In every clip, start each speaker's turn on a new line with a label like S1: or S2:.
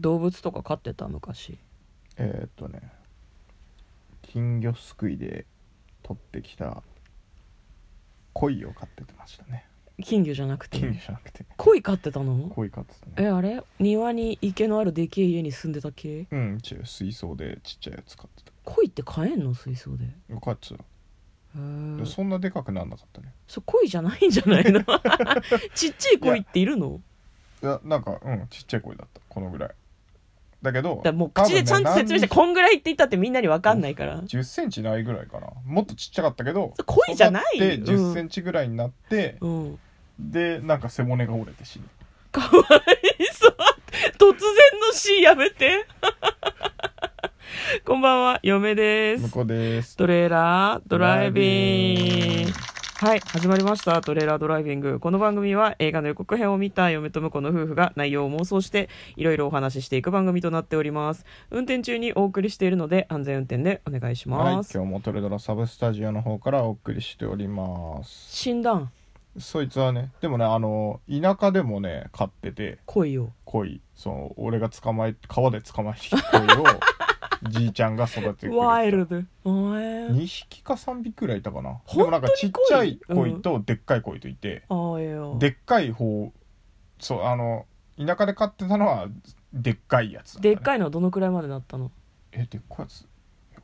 S1: 動物とか飼ってた昔
S2: えーっとね金魚すくいで取ってきた鯉を飼っててましたね
S1: 金魚じゃなく
S2: 金魚
S1: て
S2: じゃなくて
S1: 鯉飼ってたの
S2: 鯉飼ってた
S1: え
S2: ね
S1: あれ庭に池のあるでけえ家に住んでた系
S2: うん違う水槽でちっちゃいやつ飼って
S1: 鯉って飼えんの水槽でへ
S2: た飼ってたよで
S1: え
S2: もそんなでかくなんなかったね
S1: それ鯉じゃないんじゃないの ちっちゃい鯉っているの
S2: いやなんかうんちっちゃい鯉だったこのぐらいだけど
S1: だからもう口でちゃんと説明して、こんぐらいって言ったってみんなに分かんないから
S2: 1 0ンチないぐらいかなもっとちっちゃかったけど
S1: それ鯉じゃない
S2: で1
S1: う
S2: 0
S1: ん
S2: センチぐらいになって、
S1: うん
S2: でなんか背骨が折れて死ぬ
S1: かわいそう。 突然のシーンやめて。 こんばんは、嫁で
S2: 向
S1: す。
S2: こうです
S1: トレーラードライビン
S2: ドライビン
S1: グ
S2: グ。
S1: はい、始まりました。トレーラードライビング。この番組は映画の予告編を見た嫁と婿の夫婦が内容を妄想していろいろお話ししていく番組となっております。運転中にお送りしているので安全運転でお願いし
S2: はい今
S1: ます。
S2: 日もトレドラサブスタジオの方からお送りしております
S1: 診断、
S2: そいつはねでもねあの田舎でもね飼ってて
S1: 恋を。
S2: 鯉その俺が捕まえ川で捕まえてきた鯉 をじいちゃんが育ててくれ
S1: ワイ
S2: て
S1: ルド。おえ
S2: 2匹か3匹くらいいたかな
S1: 本当に
S2: でもなんかちっちゃ
S1: 鯉
S2: い
S1: うん
S2: 鯉とでっかい鯉といて、
S1: ああよ。
S2: でっかい方そうあの田舎で飼ってたのはでっかいやつだた
S1: で
S2: ね
S1: っかいのはどのくらいまでなったの
S2: えでっかいやつえ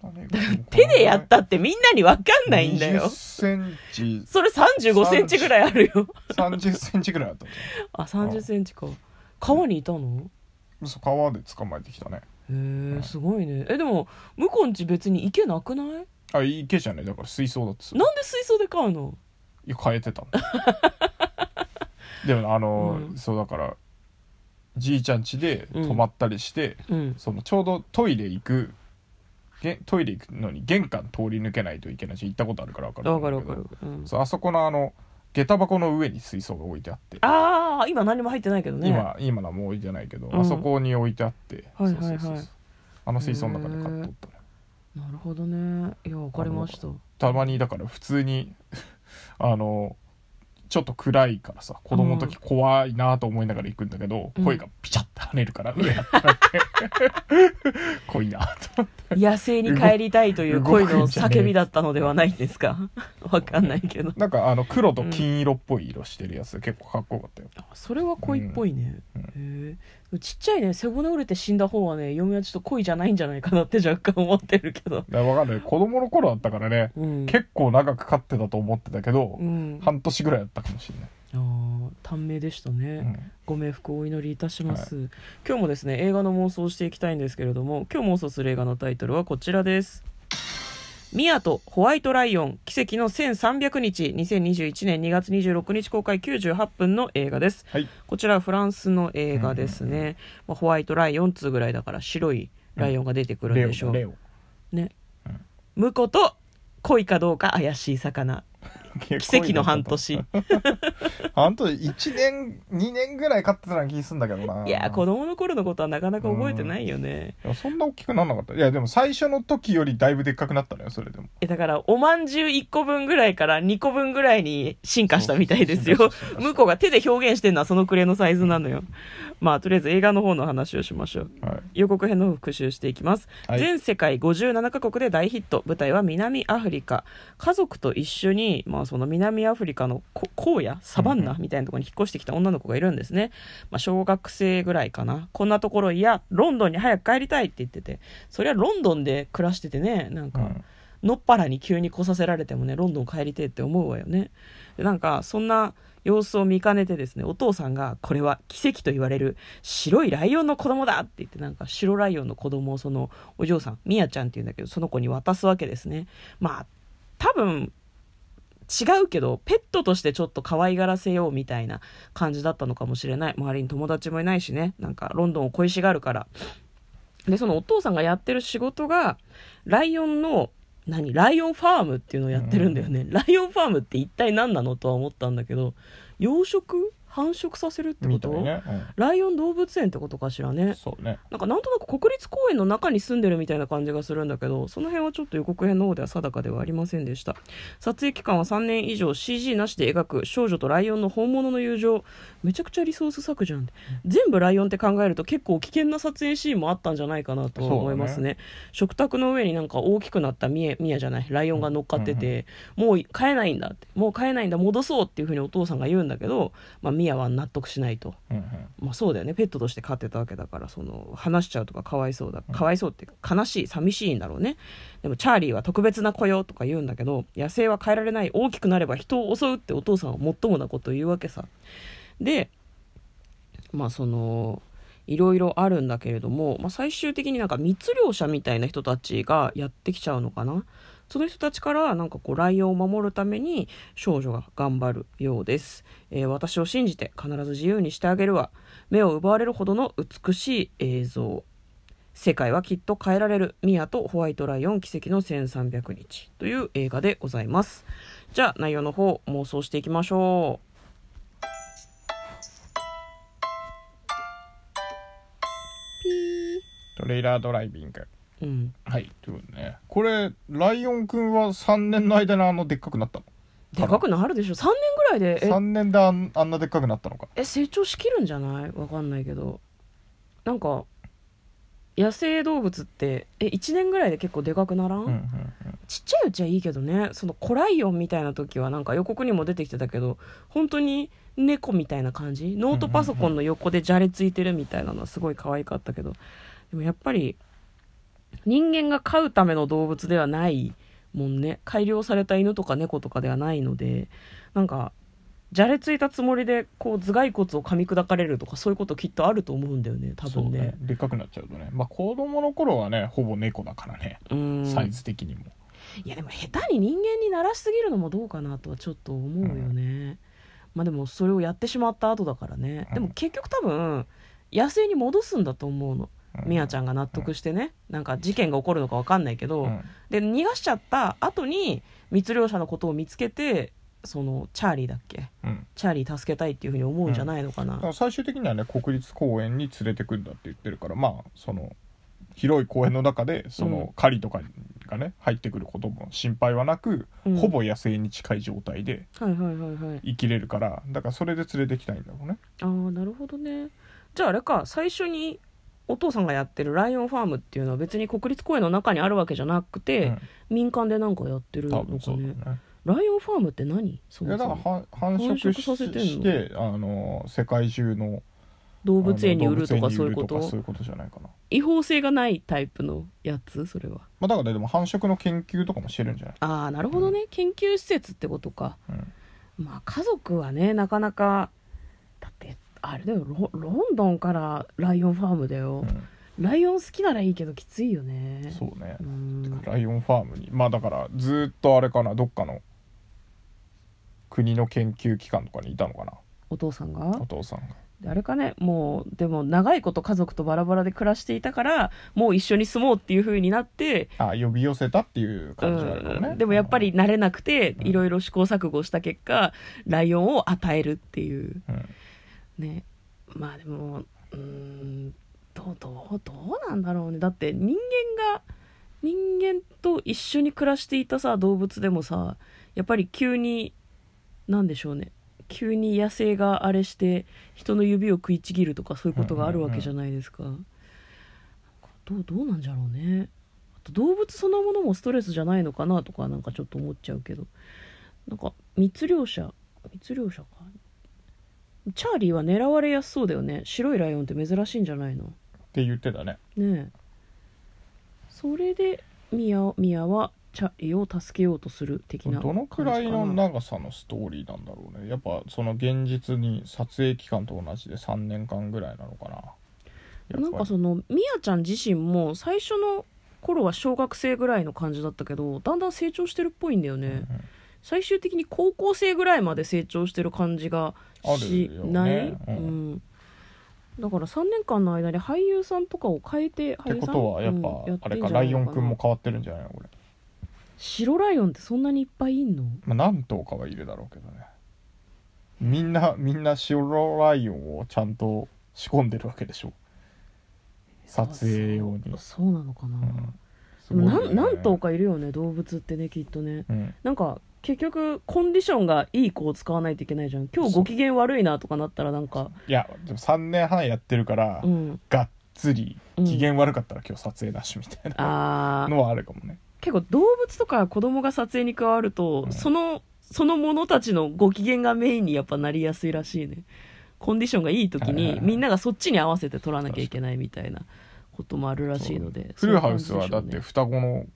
S2: そんなね
S1: 手でやったってみんなにわかんないんだよ
S2: 20。センチ
S1: それ35センチぐらいある よ。
S2: 30センチぐらいあったんじゃ
S1: あ、30センチか。川にいたの
S2: んそう川で捕まえてきたね
S1: へえ、すごいね。え、でも、向こうんち別に池なくないなんで
S2: あ池じゃないだから水槽だって
S1: 水槽で飼うの
S2: いや変え てたのでもあの、
S1: うん
S2: そうだからじいちゃん家で
S1: うん
S2: 泊まったりして、
S1: うん。
S2: そのちょうどトイレ行くげトイレ行くのに玄関通り抜けないといけないし行ったことあるから分かると
S1: わ
S2: 思
S1: かる
S2: う
S1: わ
S2: けど
S1: かる。うん
S2: そうあそこのあの下駄箱の上に水槽が置いてあって
S1: ああ、今何も入ってないけどね。
S2: 今今のはもう置いてないけど、
S1: うん
S2: あそこに置いてあって、
S1: はいはいはい
S2: そうそうそうそうあの水槽の中で買っとったね
S1: なるほどね。いや、わかりました。
S2: たまにだから普通に あのちょっと暗いからさ子供の時怖いなと思いながら行くんだけど、
S1: うん
S2: 声がピチャッて跳ねるから上やったらって 濃いなと思って
S1: 野生に帰りたいという恋の叫びだったのではないですか わかんないけど。
S2: なんかあの黒と金色っぽい色してるやつ、結構かっこよかったよ
S1: それは恋っぽいね、
S2: うん
S1: へえちっちゃいね背骨折れて死んだ方はね嫁はちょっと恋じゃないんじゃないかなって若干思ってるけど、
S2: だからわかんない子供の頃だったからね
S1: うん、
S2: 結構長く飼ってたと思ってたけど、
S1: うん、あ
S2: 半年ぐらいだったかもしれない
S1: ー短命でしたね、
S2: うん
S1: ご冥福をお祈りいたします、今日もですね映画の妄想をしていきたいんですけれども今日妄想する映画のタイトルはこちらです「ミアとホワイトライオン奇跡の1300日」2021年2月26日公開98分の映画です
S2: はい、
S1: こちらはフランスの映画ですね、まあ、ホワイトライオン2ぐらいだから白いライオンが出てくるんでしょう、
S2: レオレ
S1: ね
S2: うん、
S1: 婿と恋かどうか怪しい魚
S2: オ
S1: 奇跡の半 年
S2: 半年1年2年ぐらい飼ってたような気するんだけどない
S1: いやー子供の頃のことはなかなか覚えてないよね、
S2: そんな大きくならなかったいやでも最初の時よりだいぶでっかくなったのよそれでも
S1: えだからおまんじゅう1個分ぐらいから2個分ぐらいに進化したみたいですよ
S2: そうそうそうそう
S1: 向こうが手で表現してるのはそのくらいのサイズなのよまあとりあえず映画の方の話をしましょう
S2: はい
S1: 予告編の方を復習していきます、
S2: はい
S1: 全世界57カ国で大ヒット舞台は南アフリカ家族と一緒に、まあ、その南アフリカのこ荒野サバンナみたいなところに引っ越してきた女の子がいるんですね、まあ、小学生ぐらいかなこんなところいやロンドンに早く帰りたいって言っててそりゃロンドンで暮らしててねなん
S2: う
S1: か、
S2: ん
S1: のっぱらに急に来させられてもねロンドン帰りてえって思うわよねでなんかそんな様子を見かねてですねお父さんがこれは奇跡と言われる白いライオンの子供だって言ってなんか白ライオンの子供をそのお嬢さんミヤちゃんっていうんだけどその子に渡すわけですねまあ多分違うけどペットとしてちょっと可愛がらせようみたいな感じだったのかもしれない周りに友達もいないしねなんかロンドンを恋しがるからでそのお父さんがやってる仕事がライオンの何ライオンファームっていうのをやってるんだよね、ライオンファームって一体何なのとは思ったんだけど養殖繁殖させるってこ
S2: みた
S1: と、
S2: いね、
S1: ライオン動物園ってことかしら
S2: うん、
S1: ね
S2: そうね
S1: なんかなんとなく国立公園の中に住んでるみたいな感じがするんだけどその辺はちょっと予告編の方では定かではありませんでした撮影期間は3年以上 CG なしで描く少女とライオンの本物の友情めちゃくちゃリソース削じゃん全部ライオンって考えると結構危険な撮影シーンもあったんじゃないかなと思います
S2: そう
S1: ね食卓の上になんか大きくなったミエミヤじゃないライオンが乗っかってて、もう飼えないんだってもう飼えないんだ戻そうっていうふうにお父さんが言うんだけど、まあ、ミヤは納得しないと。
S2: うんうん
S1: まあ、そうだよねペットとして飼ってたわけだからその話しちゃうとかかわいそうだかわいそうっていうか悲しい寂しいんだろうねでもチャーリーは特別な子よとか言うんだけど野生は変えられない大きくなれば人を襲うってお父さんは最もなことを言うわけさでまあそのいろいろあるんだけれども、まあ、最終的になんか密猟者みたいな人たちがやってきちゃうのかなその人たちからなんかこうライオンを守るために少女が頑張るようです、えー私を信じて必ず自由にしてあげるわ目を奪われるほどの美しい映像世界はきっと変えられるミアとホワイトライオン奇跡の1300日という映画でございますじゃあ内容の方妄想していきましょう
S2: トレーラードライビング
S1: うん、
S2: はいということでねこれライオンくんは3年の間にあのでっかくなったの
S1: でかくなるでしょ3年ぐらいでえ
S2: 3年であんあんなでっかくなったのか
S1: え成長しきるんじゃないわかんないけどなんか野生動物ってえ1年ぐらいで結構でかくならん、
S2: うんうんうん
S1: ちっちゃいうちはいいけどねそのコライオンみたいな時はなんか予告にも出てきてたけど本当に猫みたいな感じノートパソコンの横でじゃれついてるみたいなのはすごい可愛かったけどでもやっぱり人間が飼うための動物ではないもんね改良された犬とか猫とかではないのでなんかじゃれついたつもりでこう頭蓋骨を噛み砕かれるとかそういうこときっとあると思うんだよね多
S2: そう
S1: 分ね
S2: ねでっかくなっちゃうとねまあ子供の頃はねほぼ猫だからね
S1: うん
S2: サイズ的にも、
S1: いやでも下手に人間にならしすぎるのもどうかなとはちょっと思うよね、まあでもそれをやってしまった後だからね、
S2: うん
S1: でも結局多分野生に戻すんだと思うの
S2: う
S1: ミヤ、ちゃんが納得してね、なんか事件が起こるのか分かんないけど、
S2: うん
S1: で逃がしちゃった後に密猟者のことを見つけてそのチャーリーだっけ
S2: うん、
S1: チャーリー助けたいっていうふうに思うんじゃないのかな、
S2: だから最終的にはね国立公園に連れてくんだって言ってるからまあその広い公園の中でそ
S1: うん
S2: の狩りとかがね入ってくることも心配はなく、
S1: うん
S2: ほぼ野生に近い状態で
S1: はいはいはいはい
S2: 生きれるからだからそれで連れてきたいんだろうね
S1: ああなるほどねじゃああれか最初にお父さんがやってるライオンファームっていうのは別に国立公園の中にあるわけじゃなくて、民間でなんかやってる
S2: うん、
S1: の
S2: 多
S1: か
S2: 分そうだ
S1: ね
S2: ね
S1: ライオンファームって何そ
S2: い
S1: も
S2: やだ
S1: そ
S2: から
S1: も
S2: は繁
S1: 繁
S2: 殖
S1: 殖
S2: し
S1: させてんの
S2: してあの世界中の
S1: 動物園に売ると
S2: あ
S1: か
S2: の動
S1: そうい
S2: 物園に
S1: うこ
S2: 売る
S1: と
S2: そういうことじゃないかな
S1: 違法性がないタイプのやつそれは
S2: まあだからねでも繁殖の研究とかもしてるんじゃない、
S1: ああなるほどね、研究施設ってことか
S2: うん、
S1: まあ家族はねなかなかだってあれだよロロンドンからライオンファームだよ、ライオン好きならいいけどきついよ
S2: うん
S1: ね
S2: そうね
S1: う、ん
S2: ライオンファームにまあだからずーっとあれかなどっかの国の研究機関とかにいたのかな
S1: お父さんが
S2: お父さんが
S1: であれかねもうでも長いこと家族とバラバラで暮らしていたからもう一緒に住もうっていう風になって、
S2: あ呼び寄せたっていう感じがあるかもね、
S1: うんでもやっぱり慣れなくて
S2: うん
S1: いろいろ試行錯誤した結果ライオンを与えるっていう
S2: うん、
S1: ねまあでもうーんどうどうどうなんだろうねだって人間が人間と一緒に暮らしていたさ動物でもさやっぱり急になんでしょうね急に野生があれして人の指を食いちぎるとかそういうことがあるわけじゃないですか、どうどうなんじゃろうねあと動物そのものもストレスじゃないのかなとかなんかちょっと思っちゃうけどなんか密猟者密猟者かチャーリーは狙われやすそうだよね白いライオンって珍しいんじゃないの
S2: って言ってたね
S1: ねえそれでミヤミヤはチャーリーを助けようとする的な
S2: どのくらいの
S1: 感じかな
S2: 長さのストーリーなんだろうねやっぱその現実に撮影期間と同じで3年間ぐらいなのかなやっぱり
S1: なんかそのミヤちゃん自身も最初の頃は小学生ぐらいの感じだったけどだんだん成長してるっぽいんだよね、
S2: うん
S1: 最終的に高校生ぐらいまで成長してる感じがしない、
S2: あるよね
S1: う
S2: うんん
S1: だから3年間の間に俳優さんとかを変えて俳優
S2: って
S1: さ
S2: こ
S1: ん
S2: とはやっぱ、
S1: うんやて
S2: あれ
S1: ん
S2: か
S1: じゃな
S2: ラ
S1: い
S2: イオ
S1: の
S2: ン
S1: な
S2: くんも変わってるんじゃないのこれ、
S1: 白ライオンってそんなにいっぱいいんの
S2: まあ、何頭かはいるだろうけどねみんなみんな白ライオンをちゃんと仕込んでるわけでしょ撮影用に
S1: そうそうなのかな、
S2: すごいよ
S1: なん何頭かいるよね動物ってねきっとね
S2: うん
S1: なんか結局コンディションがいい子を使わないといけないじゃん今日ご機嫌悪いなとかなったらなんか
S2: いやでも3年半やってるから、
S1: うん
S2: がっつり
S1: うん
S2: 機嫌悪かったら今日撮影なしみたいな
S1: あー
S2: のはあるかもね
S1: 結構動物とか子供が撮影に加わると、
S2: うん
S1: そのそのものたちのご機嫌がメインにやっぱなりやすいらしいねコンディションがいい時
S2: はいはいは
S1: に
S2: い
S1: みんながそっちに合わせて撮らなきゃいけないみたいなこともあるらしいので
S2: フルハウスはだ
S1: そうい
S2: っ
S1: う感じでしょう
S2: て
S1: ね
S2: 双子の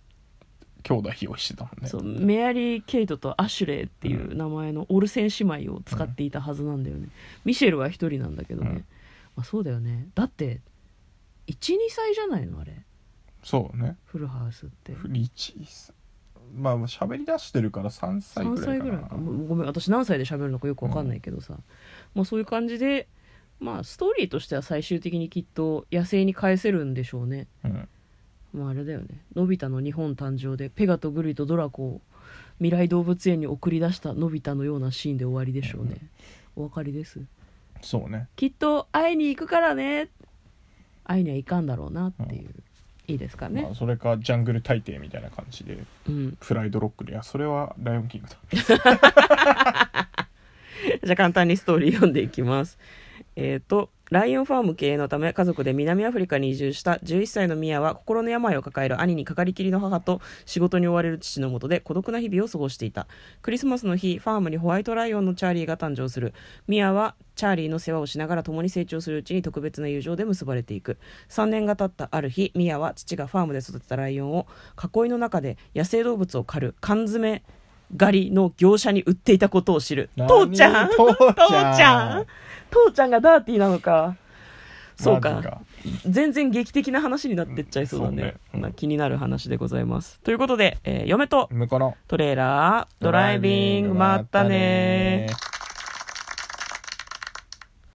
S2: 兄弟用意してたもんね
S1: そうメアリー・ケイトとアシュレイっていう名前のオルセン姉妹を使っていたはずなんだよね、ミシェルは一人なんだけどね、
S2: うん
S1: まあ、そうだよねだって12歳じゃないのあれ
S2: そうね
S1: フルハウスって
S2: フリチーまあ喋り出してるから3歳
S1: 3
S2: ぐら
S1: 歳
S2: いか
S1: ぐ
S2: な
S1: らいかもうごめん私何歳で喋るのかよくわかんないけどさ、まあ、そういう感じでまあストーリーとしては最終的にきっと野生に返せるんでしょうね
S2: うん
S1: まああれだよねのび太の日本誕生でペガとグリとドラコを未来動物園に送り出したのび太のようなシーンで終わりでしょうね、お分かりです
S2: そうね
S1: きっと会いに行くからね会いには行かんだろうなっていう、いいですかね、
S2: まあ、それかジャングル大帝みたいな感じで
S1: うん
S2: フライドロックでいやそれはライオンキングだ
S1: じゃあ簡単にストーリー読んでいきます。えっ、と、ライオンファーム経営のため家族で南アフリカに移住した11歳のミヤは心の病を抱える兄にかかりきりの母と仕事に追われる父のもとで孤独な日々を過ごしていた。クリスマスの日、ファームにホワイトライオンのチャーリーが誕生する。ミヤはチャーリーの世話をしながら共に成長するうちに特別な友情で結ばれていく。3年が経ったある日、ミヤは父がファームで育てたライオンを囲いの中で野生動物を狩る缶詰狩りの業者に売っていたことを知る。父ちゃん
S2: 父
S1: 父ちゃん父ちゃんがダーティーなのかそう
S2: マ
S1: か
S2: ジか
S1: 全然劇的な話になってっちゃいそうだね,、
S2: うんそうねうん
S1: まあ気になる話でございますということで、えー嫁と
S2: 向こうの
S1: トレーラードライビングまったね
S2: ー